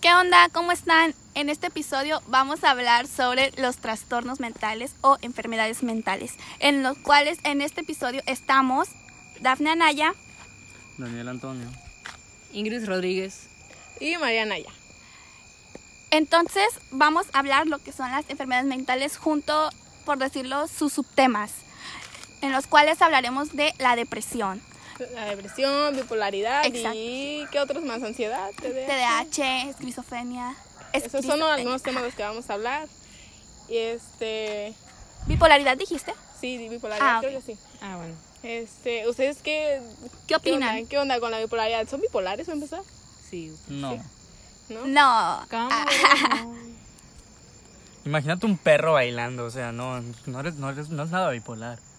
¿Qué onda? ¿Cómo están? En este episodio vamos a hablar sobre los trastornos mentales o enfermedades mentales, en los cuales en este episodio estamos Dafne Anaya. Daniel Antonio. Ingrid Rodríguez. Y Mariana ya. Entonces vamos a hablar lo que son las enfermedades mentales junto, por decirlo, sus subtemas, en los cuales hablaremos de la depresión, La depresión, bipolaridad Exacto. y ¿qué otros más? Ansiedad, TDAH. TDAH, esquizofrenia. Esos son esquizofrenia. algunos temas de los que vamos a hablar. Y este, ¿Bipolaridad dijiste? sí, de bipolaridad Ah, creo ok. que sí. Ah, bueno. Este, ¿ustedes qué, ¿Qué qué onda? opinan? ¿Qué onda con la bipolaridad? ¿Son bipolares para empezar? Sí. No. ¿No? No. Ah, Cámara. Imagínate un perro bailando, o sea, no, no, eres, no, eres, no es nada bipolar.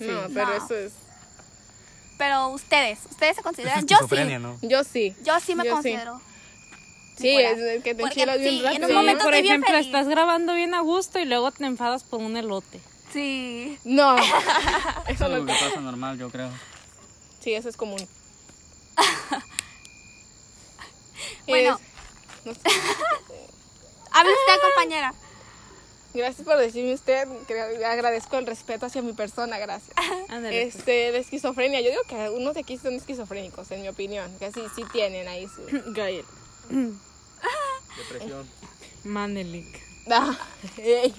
No, Sí. pero No. eso es Pero ustedes, ¿ustedes se Es consideran? Yo sí. esquizofrenia, ¿no? yo sí. Yo sí me Yo sí. considero. Sí, Bipolar. es el que te Porque enchilas bien sí, en rápido. un ¿no? momento por estoy bien ejemplo, feliz. estás grabando bien a gusto y luego te enfadas por un elote. Sí. No, Es eso algo no. que pasa normal, yo creo. Sí, eso es común. Bueno. Es- no sé. Hable usted, compañera. Gracias por decirme usted, que agradezco el respeto hacia mi persona, gracias. Ándale. pues. Este, de esquizofrenia, yo digo que unos de aquí son esquizofrénicos, en mi opinión, que sí, sí tienen ahí su... Gael. Depresión. Manelik. Ah, ey.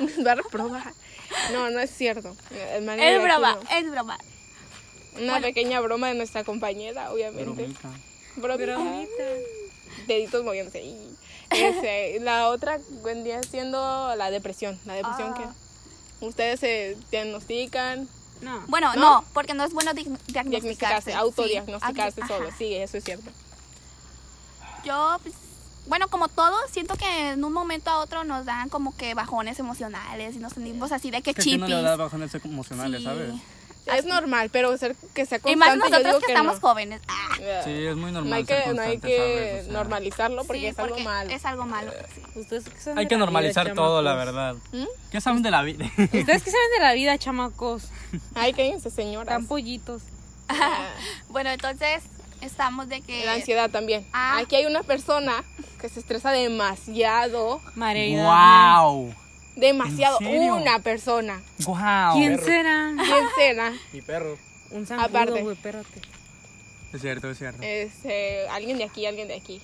Nos va a reprobar. No, no es cierto. Eh, El man Es de aquí broma, no. es broma. Una pequeña broma de nuestra compañera, obviamente. Bromita. Bromita. Deditos moviéndose. Y ese, la otra vendría siendo la depresión, la depresión Ah. que ustedes se diagnostican, No. Bueno, no, ¿No? porque no es bueno dig- diagnosticarse. diagnosticarse, autodiagnosticarse sí, solo. ajá. Sí, eso es cierto. Yo, pues, bueno, como todo, siento que en un momento a otro nos dan como que bajones emocionales y nos sentimos así de que Que si no chipis. le da bajones emocionales, Sí. ¿sabes? Es normal, pero ser, que sea constante. Y más yo nosotros digo que, que estamos no. jóvenes. Ah, Yeah. Sí, es muy normal. no hay ser que, no hay constante, que ¿sabes? O sea, normalizarlo porque sí, es algo malo. Es algo malo. sí. Ustedes que saben Hay de que la vida, normalizar todo, la chamacos. verdad. ¿Mm? ¿Qué saben de la vida? Ustedes que saben de la vida, chamacos. Ay, cállense, señoras. Tan pollitos. Ah, Bueno, entonces estamos de que. La ansiedad también. Ah. Aquí hay una persona que se estresa demasiado. Mareida. ¡Wow! Demasiado. ¿En serio? Una persona. ¡Wow! ¿Quién será? ¿Quién será? Mi perro. Un zancudo, Aparte. güey, espérate. Es cierto, es cierto. Este, alguien de aquí, alguien de aquí.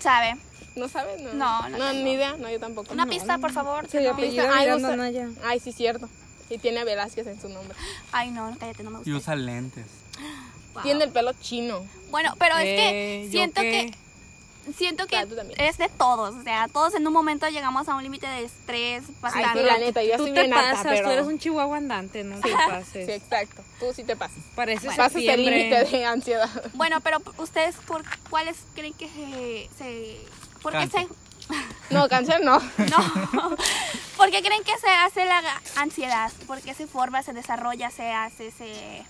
¿Sabe? ¿No sabes? No, No, no tengo. ni idea. No, yo tampoco. Una pista, por favor. que Se le no- apellido Ay, no Miranda sé. Anaya. Ay, sí, cierto. Y tiene a Velázquez en su nombre. Ay, no, cállate, no me gusta. Y usa lentes. Wow. Tiene el pelo chino. Bueno, pero es Eh, que ¿yo siento qué? que siento que Ah, tú también. es de todos, o sea, todos en un momento llegamos a un límite de estrés Ay, bastante. sí, la neta, yo Tú soy te bien alta, pasas, pero... tú eres un chihuahua andante, no te pases. Sí, exacto. Tú sí te pasas. Pareces pasas el septiembre. límite de ansiedad. Bueno, pero ustedes por cuáles creen que se, se- por qué se Cáncer. No, cáncer no. no? ¿Por qué creen que se hace la ga- ansiedad? ¿Por qué se forma, se desarrolla, se hace, se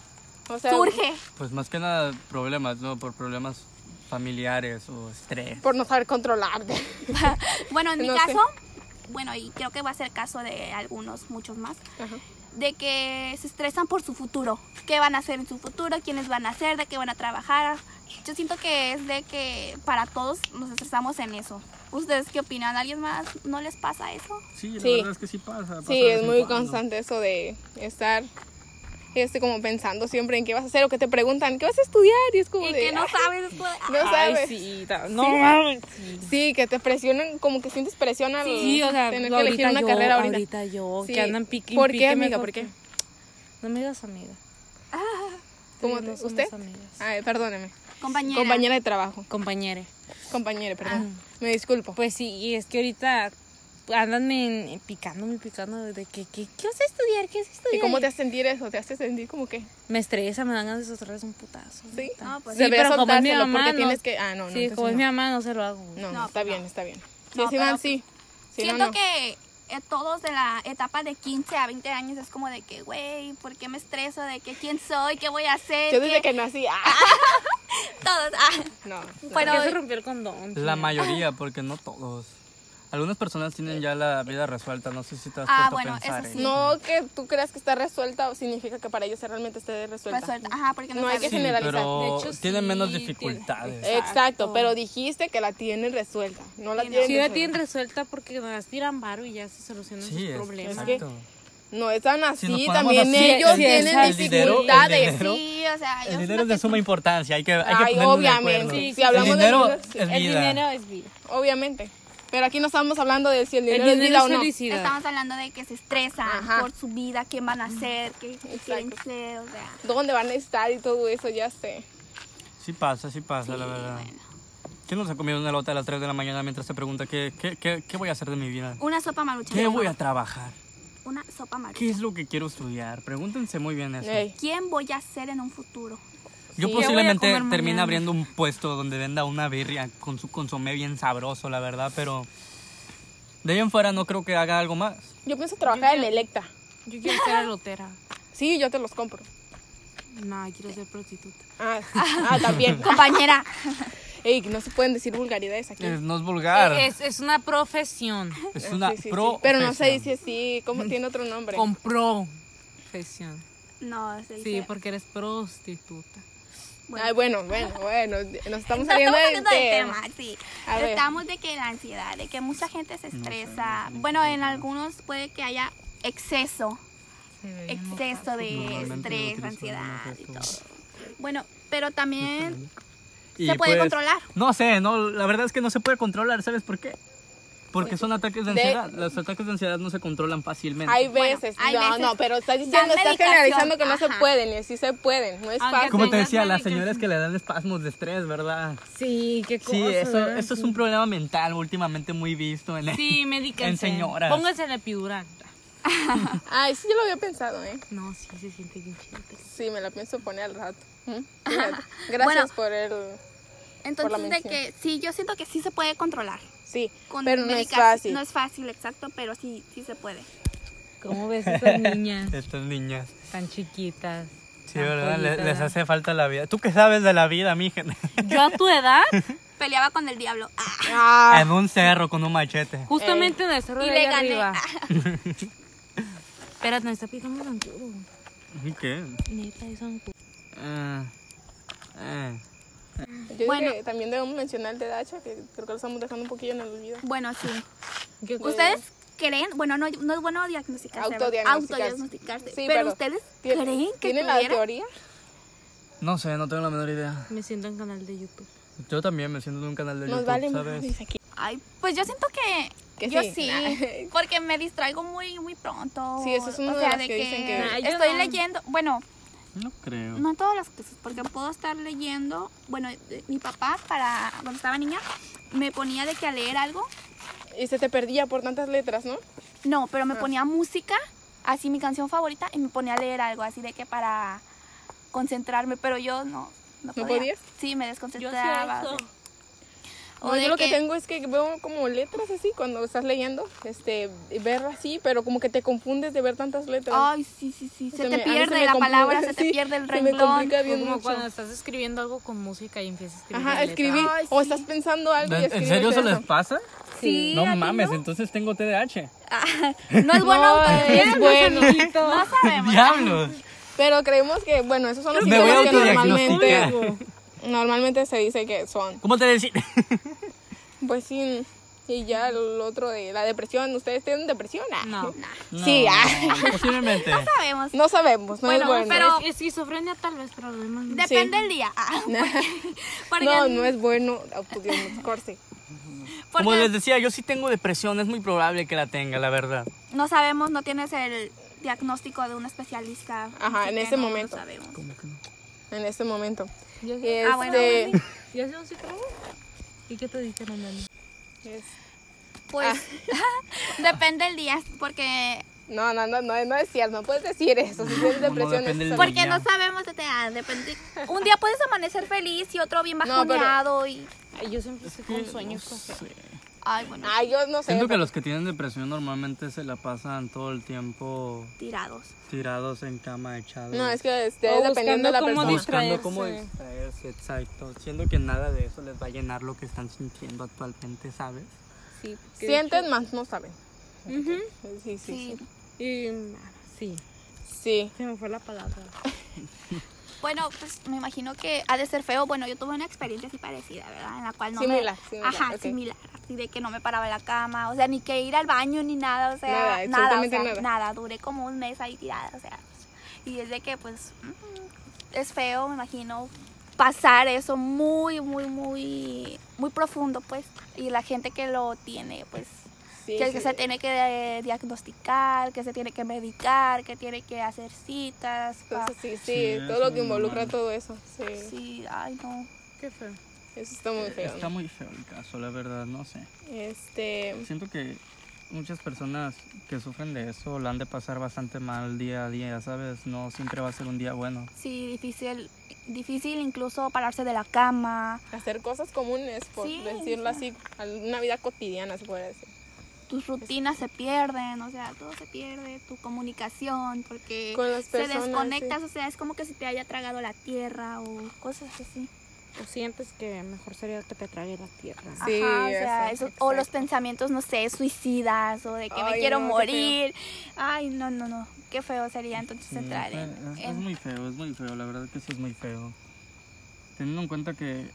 O sea, surge? Pues más que nada problemas, ¿no? Por problemas familiares o estrés. por no saber controlarte. Bueno, en mi No sé. caso, bueno, y creo que va a ser caso de algunos, muchos más, Ajá. de que se estresan por su futuro. ¿Qué van a hacer en su futuro? ¿Quiénes van a hacer? ¿De qué van a trabajar? Yo siento que es de que para todos nos estresamos en eso. ¿Ustedes qué opinan? ¿Alguien más no les pasa eso? Sí, la Sí. verdad es que sí pasa. pasa Sí, de vez es en muy cuando. constante eso de estar este, como pensando siempre en qué vas a hacer o que te preguntan, ¿qué vas a estudiar? Y es como Y de, que no "Ah, sabes. pues, ah, no sabes. Ay, sí. sí, ta- no mames. que te presionan, como que sientes presión al Sí, o sea, tener que ahorita elegir una yo, carrera ahorita. yo, Sí. que andan pique y ¿Por qué, pique, amiga? mejor ¿Por qué? que- No me digas amiga. ¿Cómo Tú y yo te- no somos usted? Ah. amigas. Ay, perdóneme. Compañera. Compañera de trabajo. Compañere. Compañera, perdón. Me disculpo. Mm. Pues sí, y es que ahorita andan en- picándome, picando de que, que, ¿qué vas a estudiar? ¿Qué vas a estudiar? ¿Y cómo te hace sentir eso? ¿Te hace sentir como que? Me estresa, me dan ganas de soltarles un putazo. Sí. neta. Ah, pues sí, Deberías pero como es mi soltárselo mamá, porque no- tienes que... Ah, no, no. sí, entonces como es no. mi mamá, no se lo hago. No, No, está pues bien, no. está bien. Sí, No, sí, pero- man, sí. Sí, no, siento no. que eh, todos de la etapa de 15 a 20 años es como de que, güey, ¿por qué me estreso? ¿De que quién soy? ¿Qué voy a hacer? Yo desde ¿Qué? que nací. ah, Todos. ah, No. Pero Pero- se rompió el condón. La chingada? mayoría, porque no todos. Algunas personas tienen ya la vida resuelta, no sé si te has Ah, puesto bueno, a eso pensar. sí. ¿eh? No que tú creas que está resuelta significa que para ellos realmente esté resuelta. Resuelta. pues Ajá, porque no, No hay que sabes. Sí, generalizar. pero De hecho, tienen sí, menos tiene- dificultades. Exacto. Exacto. pero dijiste que la tienen resuelta. No la Sí, no. tienen. Si la resuelta. tienen resuelta porque nos tiran varo y ya se solucionan Sí, sus es- problemas. Es que- exacto. No están así, Si nos ponemos también así, ellos sí, tienen exacto. el dinero- el dificultades. dinero- Sí, o sea, yo El dinero siento es de que- suma importancia, hay que, hay que Ay, ponernos de obviamente. acuerdo. Sí, sí, si hablamos el dinero de dinero, es El vida. dinero es vida. obviamente. Pero aquí no estamos hablando de si el El dinero, dinero es vida es o no. felicidad. Estamos hablando de que se estresan Ajá. por su vida, qué van a hacer, qué, qué Exacto. quieren ser, o sea. Dónde van a estar y todo eso, ya sé. Sí pasa, sí pasa, la sí, verdad. bueno. ¿Quién nos ha comido una lota a las 3 de la mañana mientras se pregunta qué, qué, qué, qué voy a hacer de mi vida? Una sopa maruchan. ¿Qué por voy a favor. trabajar? Una sopa maruchan. ¿Qué es lo que quiero estudiar? Pregúntense muy bien eso. Ey, ¿Quién voy a ser en un futuro? Yo Sí. ¿Qué posiblemente voy a comer termine mañana? abriendo un puesto donde venda una birria con su consomé bien sabroso, la verdad, pero de ahí en fuera no creo que haga algo más. Yo pienso trabajar en Electa. Yo quiero ser alotera. Sí, yo te los compro. No, quiero ser prostituta. Ah, sí. Ah, también. Compañera, Ey, no se pueden decir vulgaridades aquí. Ah, Eh, no es vulgar, Es, es una profesión. es una eh, Sí, sí, sí. pro. Pero no se ofensa. dice así, ¿cómo tiene otro nombre? Con profesión. no, se Sí, dice. porque eres prostituta. bueno. Ay, bueno, bueno, bueno, nos estamos Nos saliendo estamos del saliendo del tema. tema, sí. A ver. Estamos de que la ansiedad, de que mucha gente se estresa. bueno, en algunos puede que haya exceso, Eh, exceso de Normalmente estrés, utilizo ansiedad algunas y todo. cosas. Bueno, pero también Y se puede pues, controlar. No sé, no, la verdad es que no se puede controlar, ¿sabes por qué? Porque son ataques de de- ansiedad. Los ataques de ansiedad no se controlan fácilmente. Hay Bueno, veces, hay no, veces. no, pero estás Dan diciendo, estás medicación, generalizando que no se ajá. pueden, y así se pueden, no es Aunque fácil. Como te Tengas decía, las medicación. señoras que le dan espasmos de estrés, ¿verdad? Sí, qué cosa. Sí, eso, ¿verdad? eso es un problema mental últimamente muy visto en Sí, medíquense. En señoras. Pónganse la epidural. Ay, sí, yo lo había pensado, ¿eh? No, sí, se siente bien chido. Sí, me la pienso poner al rato. ¿Mm? Fíjate. Gracias Bueno. por el... Entonces, de medicina. que sí, yo siento que sí se puede controlar. Sí, Con pero no es medica- fácil. No es fácil, exacto, pero sí, sí se puede. ¿Cómo ves estas niñas estas niñas. tan chiquitas? Sí, tan ¿verdad? Le- pollitas, Les, ¿verdad? hace falta la vida. ¿Tú qué sabes de la vida, mija? Yo a tu edad, Peleaba con el diablo. Ah, Ah, En un cerro con un machete. justamente en el cerro Y de le allá gané. arriba. Espérate, me está picando un anchudo. ¿Qué? Neta, es zancudo. Ah, ah. yo Bueno. creo que también debemos mencionar el de Dacha, que creo que lo estamos dejando un poquillo en el olvido. bueno, sí. ¿Qué cosa? ¿Ustedes creen? Bueno, no, no es bueno diagnosticarse. ¿verdad? Autodiagnosticarse. Autodiagnosticarse. Sí, pero, pero ustedes ¿Tien- creen que ¿Tienen la tuviera? teoría? No sé, no tengo la menor idea. Me siento en canal de YouTube. Yo también me siento en un canal de Nos YouTube, vale ¿sabes? madres aquí. Ay, pues yo siento que, Que yo sí. sí, Nah. porque me distraigo muy muy pronto. Sí, eso es uno o de sea, los que dicen que- Nah, yo estoy no. leyendo, bueno, No creo. no en todas las cosas, porque puedo estar leyendo, bueno, eh, mi papá para cuando estaba niña me ponía de que a leer algo, Y se te perdía por tantas letras, ¿no? no, pero Ah. me ponía música, así mi canción favorita y me ponía a leer algo así de que para concentrarme, pero yo no no, ¿No podía. podías? Sí, me desconcentraba. No, yo lo que tengo es que veo como letras así cuando estás leyendo, este, y verlo así, pero como que te confundes de ver tantas letras. Ay, sí, sí, sí, se, Se te me- a mí se pierde me la complica, palabra, se sí, te pierde el se me renglón. complica bien como mucho. cuando estás escribiendo algo con música y empiezas a escribir. Ajá, la letra. escribí. Ay, sí. O estás pensando algo y ¿En en escribes serio eso eso. les pasa? Sí, ¿a No ti mames, entonces tengo TDAH. No es ¿eh? bueno No, autodiagnosticarse, es bueno. No sabemos. ¡Diablos! Pero creemos que, bueno, esos son los Me voy a síntomas que autodiagnosticar. normalmente, normalmente se dice que son. ¿Cómo te decís? Pues sí, y ya el otro de la depresión. ¿Ustedes tienen depresión? Ah. No. Sí, No, ah. no, posiblemente. No sabemos. No sabemos, no Bueno, es bueno. pero- Es- esquizofrenia tal vez, pero lo demás no. Depende Sí. del día. Ah, porque- porque- No, no es bueno autodiagnosticarse. porque Como les decía, yo sí tengo depresión, es muy probable que la tenga, la verdad. no sabemos, no tienes el diagnóstico de un especialista. Ajá, así en que ese no lo momento. sabemos. En este momento. Yo soy- Este, Ah, bueno, bueno, ¿Ya soy un psicólogo? ¿Y qué te dijeron, Dani? es- Pues Ah. depende del día, porque No, no, no, no, no es cierto, no puedes decir eso. Si tienes No, no, depresión, depende es- del- porque día. no sabemos de ah, depende. Un día puedes amanecer feliz y otro bien pero- bajoneado y Ay, yo siempre estoy con sueños. No sé. ay, bueno, Ay, yo no sé. Siento que los que tienen depresión normalmente se la pasan todo el tiempo tirados. tirados en cama, echados. No, es que este, O buscando dependiendo de la cómo persona. dis- buscando cómo distraerse, distraerse. exacto. Siento que nada de eso les va a llenar lo que están sintiendo actualmente, ¿sabes? sí. porque de Sienten hecho- más, no saben. Ujú. Sí, sí, sí. Sí. Y, ah, sí, Sí. se me fue la palabra. Bueno, pues me imagino que ha de ser feo. Bueno, yo tuve una experiencia así parecida, ¿verdad? En la cual no Similar, me... similar, Ajá, ok. similar. Así de que no me paraba de la cama, o sea, ni que ir al baño ni nada, o sea, Nada, nada, absolutamente o sea, nada. Duré como un mes ahí tirada, o sea. Y es de que, pues, mm, es feo, me imagino, pasar eso muy, muy, muy, muy profundo, pues. Y la gente que lo tiene, pues, sí, que, que sí. se tiene que eh, diagnosticar, que se tiene que medicar, que tiene que hacer citas. pa- Entonces, sí, sí, Sí, todo lo es que muy involucra normal. todo eso. Sí. Sí, ay no. Qué feo. Eso está muy feo. Está muy feo el caso, la verdad, no sé. Este. Siento que muchas personas que sufren de eso la han de pasar bastante mal día a día, ¿sabes? No siempre va a ser un día bueno. Sí, difícil, difícil incluso pararse de la cama. Hacer cosas comunes, por Sí, decirlo sí. así, una vida cotidiana se puede decir. Tus rutinas se pierden, o sea, todo se pierde, tu comunicación, porque Con las se personas, desconectas, sí. o sea, es como que si te haya tragado la tierra o cosas así. O sientes que mejor sería que te trague la tierra. Ajá, Sí, o sea, eso, eso- o los exacto. pensamientos, no sé, suicidas o de que me Ay, quiero no, qué feo. morir. Ay, no, no, no, qué feo sería entonces Sí, entrar en, fue- es, es ¿eh? en- muy feo, es muy feo, la verdad que sí es muy feo. Teniendo en cuenta que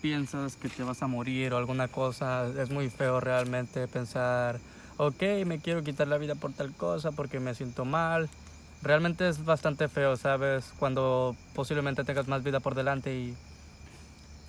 piensas que te vas a morir o alguna cosa, es muy feo realmente pensar, ok, me quiero quitar la vida por tal cosa porque me siento mal. Realmente es bastante feo, ¿sabes? Cuando posiblemente tengas más vida por delante y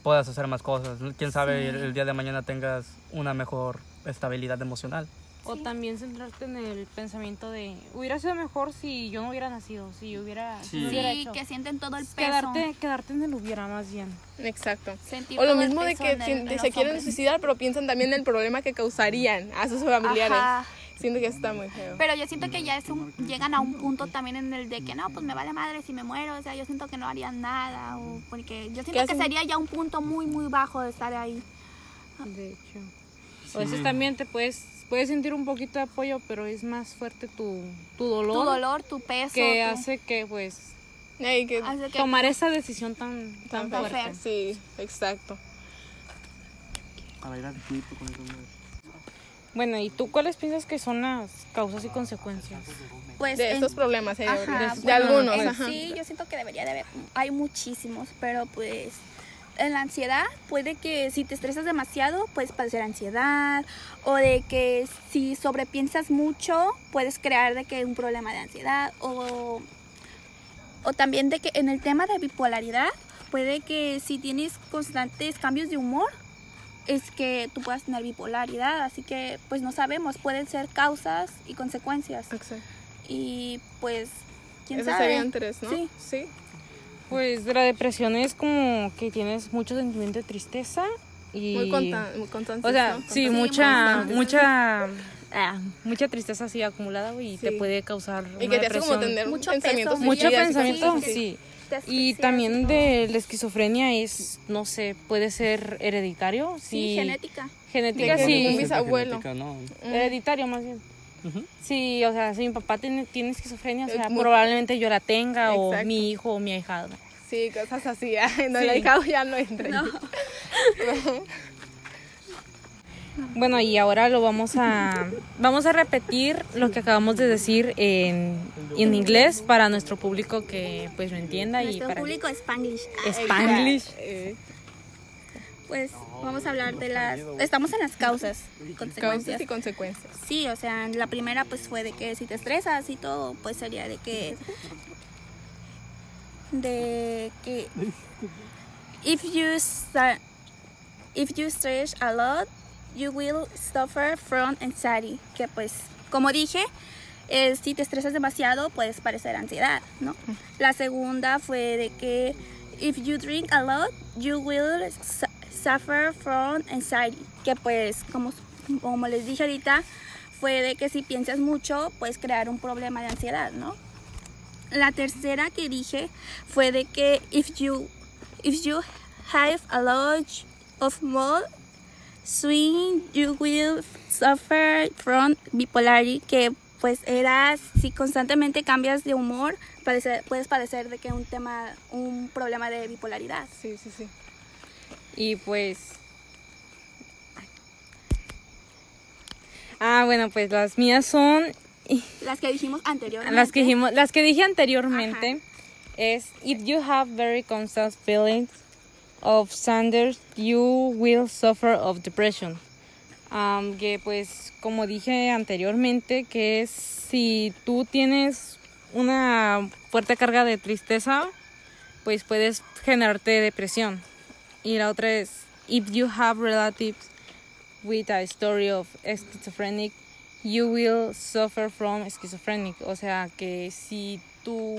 puedas hacer más cosas. Quién sabe, el- el día de mañana tengas una mejor estabilidad emocional. O también centrarte en el pensamiento de hubiera sido mejor si yo no hubiera nacido, si yo hubiera, si Sí. no hubiera Sí, hecho. que sienten todo el peso. quedarte, quedarte en el hubiera más bien. Exacto. sentir O lo todo el mismo de peso que en el- sien- en de- los se quieren hombros. suicidar, pero piensan también en el problema que causarían a sus familiares. Ajá. Siento que eso está muy feo. Pero yo siento que ya es un- llegan a un punto también en el de que no, pues me vale madre si me muero, o sea, yo siento que no haría nada, o porque yo siento que hacen? sería ya un punto muy, muy bajo de estar ahí. De hecho. A veces también te puedes, puedes sentir un poquito de apoyo, pero es más fuerte tu, tu Tu dolor, dolor, tu peso. que tu- hace que pues Ay, que hace que- tomar esa decisión tan, tan tan, feo. fuerte. Sí, exacto. Bueno, ¿y tú cuáles piensas que son las causas y consecuencias? pues, De en- estos problemas, eh, Ajá, de, de bueno, algunos. en Ajá. Sí, yo siento que debería de haber, hay muchísimos, pero pues en la ansiedad puede que si te estresas demasiado puedes padecer ansiedad o de que si sobrepiensas mucho puedes crear de que un problema de ansiedad o, o también de que en el tema de bipolaridad puede que si tienes constantes cambios de humor es que tú puedas tener bipolaridad, así que pues no sabemos, pueden ser causas y consecuencias. Exacto. Y pues, quién Esos sabe. serían tres, ¿no? Sí. Sí. Pues de la depresión es como que tienes mucho sentimiento de tristeza y Muy contan- muy constante. O sea, ¿no? sí, Sí, mucha, bastante. mucha, ah, mucha tristeza así acumulada güey, y te Sí. puede causar Y una que te hace como depresión. tener Mucho pensamientos peso, mucho Sí, suicidas y pensamiento, cosas sí. así. Te Y asfixias también todo. de la esquizofrenia es, no sé, puede ser hereditario, Sí, sí, genética. genética, De que Mm. sí, un bisabuelo. Genética, ¿no? hereditario más bien. Ujú. Sí, o sea, si mi papá tiene, tiene esquizofrenia, o Es sea, muy- probablemente yo la tenga o Exacto. mi hijo o mi ahijado. Sí, cosas así. Ay, no, Sí. la dejado ya no entra. Bueno, y ahora lo vamos a vamos a repetir lo que acabamos de decir en, en inglés para nuestro público que pues lo entienda y Nuestro para público es Spanglish. Ah, Spanglish. Eh, Pues vamos a hablar de las... Estamos en las causas y consecuencias. causas y consecuencias. Sí, o sea, la primera pues fue de que si te estresas y todo, pues sería de que... De que... If you, sta- if you stress a lot, you will suffer from anxiety. Que pues, como dije, eh, si te estresas demasiado, puedes parecer ansiedad, ¿no? La segunda fue de que if you drink a lot, you will su- suffer from anxiety. Que pues, como, como les dije ahorita, fue de que si piensas mucho, puedes crear un problema de ansiedad, ¿no? La tercera que dije fue de que if you, if you have a lot of mood, swing you will suffer from bipolarity, que pues era si constantemente cambias de humor, parece- puedes padecer de que un tema, un problema de bipolaridad. Sí, sí, sí. Y pues Ah, bueno, pues las mías son Las que dijimos anteriormente. las que dijimos, las que dije anteriormente. Es if you have very constant feelings of sadness, you will suffer of depression. Am, que pues como dije anteriormente, que es si tú tienes una fuerte carga de tristeza, pues puedes generarte depresión. Y la otra es if you have relatives with a story of schizophrenic, you will suffer from schizophrenic. O sea que si tú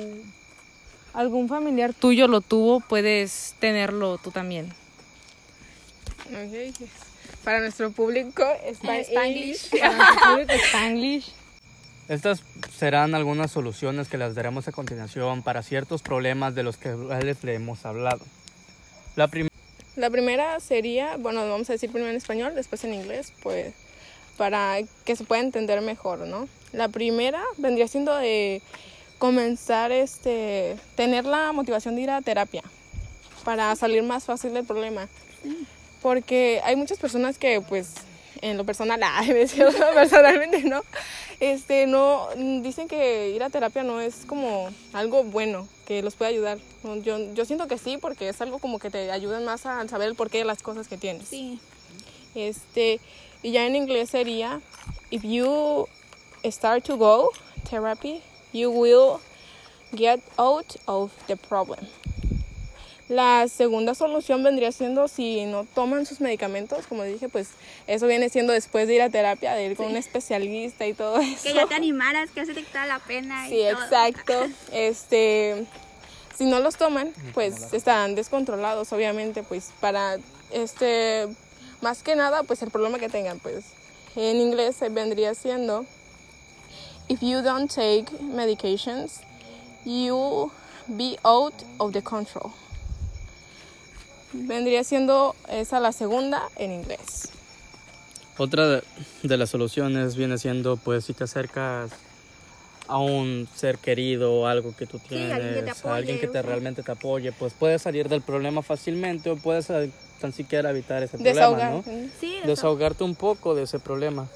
algún familiar tuyo lo tuvo, puedes tenerlo tú también. Ok, Para nuestro público está Spanglish. Spanglish. Estas serán algunas soluciones que las daremos a continuación para ciertos problemas de los que les le hemos hablado. La primera La primera sería, bueno, vamos a decir primero en español, después en inglés, pues para que se pueda entender mejor, ¿no? La primera vendría siendo de comenzar, este, tener la motivación de ir a terapia para salir más fácil del problema. Porque hay muchas personas que, pues, en lo personal, ah, me decía, no, personalmente no, este, no, mm, dicen que ir a terapia no es como algo bueno, que los puede ayudar. No, Yo, yo siento que sí, porque es algo como que te ayudan más a saber el porqué de las cosas que tienes. Sí. Este, y ya en inglés sería, if you start to go therapy, you will get out of the problem. La segunda solución vendría siendo si no toman sus medicamentos, como dije, pues eso viene siendo después de ir a terapia, de ir con un especialista y todo eso. Que ya te animaras, que ya se te quitara la pena. y Sí, todo. exacto. Este, si no los toman, pues estarán descontrolados, obviamente, pues para este, más que nada, pues el problema que tengan, pues en inglés eh, vendría siendo, if you don't take medications, you be out of the control. Vendría siendo esa la segunda en inglés. Otra de, de las soluciones viene siendo, pues, si te acercas a un ser querido, algo que tú alguien tienes, que te a alguien que apoye, te ujú. realmente te apoye, pues puedes salir del problema fácilmente o puedes eh, tan siquiera evitar ese Desahogar. problema, ¿no? Sí, desahogarte un poco de ese problema.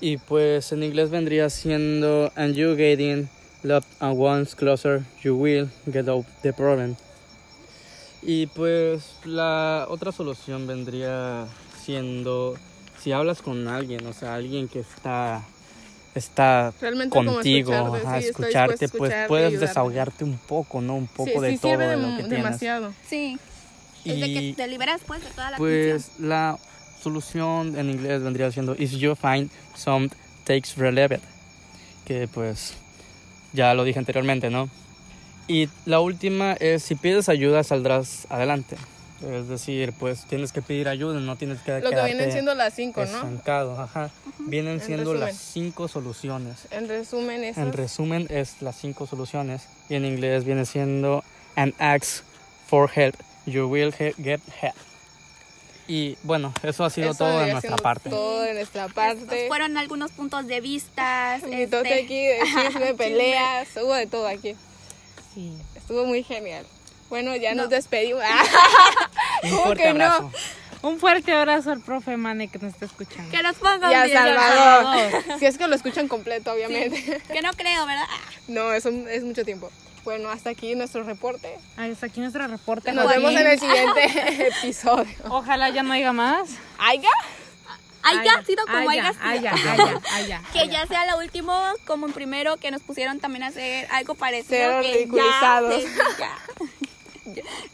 Y pues en inglés vendría siendo and you getting loved and once closer you will get out the problem. Y pues la otra solución vendría siendo si hablas con alguien, o sea, alguien que está está Realmente como contigo, escucharte, ajá, sí, está dispuesto a escucharte, pues escucharte y puedes ayudarte. desahogarte un poco, ¿no? Un poco Sí, de sí todo sirve de lo dem- que tienes. demasiado. Sí. Es de que Y- te liberas pues de toda la pues la solución en inglés vendría siendo if you find some takes relevant, que pues ya lo dije anteriormente, ¿no? Y la última es si pides ayuda saldrás adelante. Es decir, pues tienes que pedir ayuda, no tienes que Lo que quedarte vienen siendo las cinco, ¿no? estancado, ajá. Vienen En siendo resumen. las cinco soluciones. En resumen, esas. En resumen es las cinco soluciones y en inglés viene siendo and ask for help, you will he- get help. Y bueno, eso ha sido Eso todo de debería nuestra ser parte. Todo de nuestra Estos parte. fueron algunos puntos de vista. Y todo este, aquí, de chisme, peleas, hubo de todo aquí. Sí. Estuvo muy genial. Bueno, ya No. nos despedimos. Ah, Un ¿Cómo fuerte que no? abrazo. Un fuerte abrazo al profe Mane que nos está escuchando. Que nos pongan Y a bien. Salvador. Si es que lo escuchan completo, obviamente. Que no creo, ¿verdad? Ah, No, eso es mucho tiempo. Bueno, hasta aquí nuestro reporte. Ay, Hasta aquí nuestro reporte. Nos Joaquín. vemos en el siguiente episodio. Ojalá ya no haya más. ¿Aiga? Ay, ya, sido como ay, haya ya, sido. ay, ya, ay, ya, ay, ya. Que ya sea lo último, como en primero, que nos pusieron también a hacer algo parecido. Cero que ya, ridiculizados. sí, ya.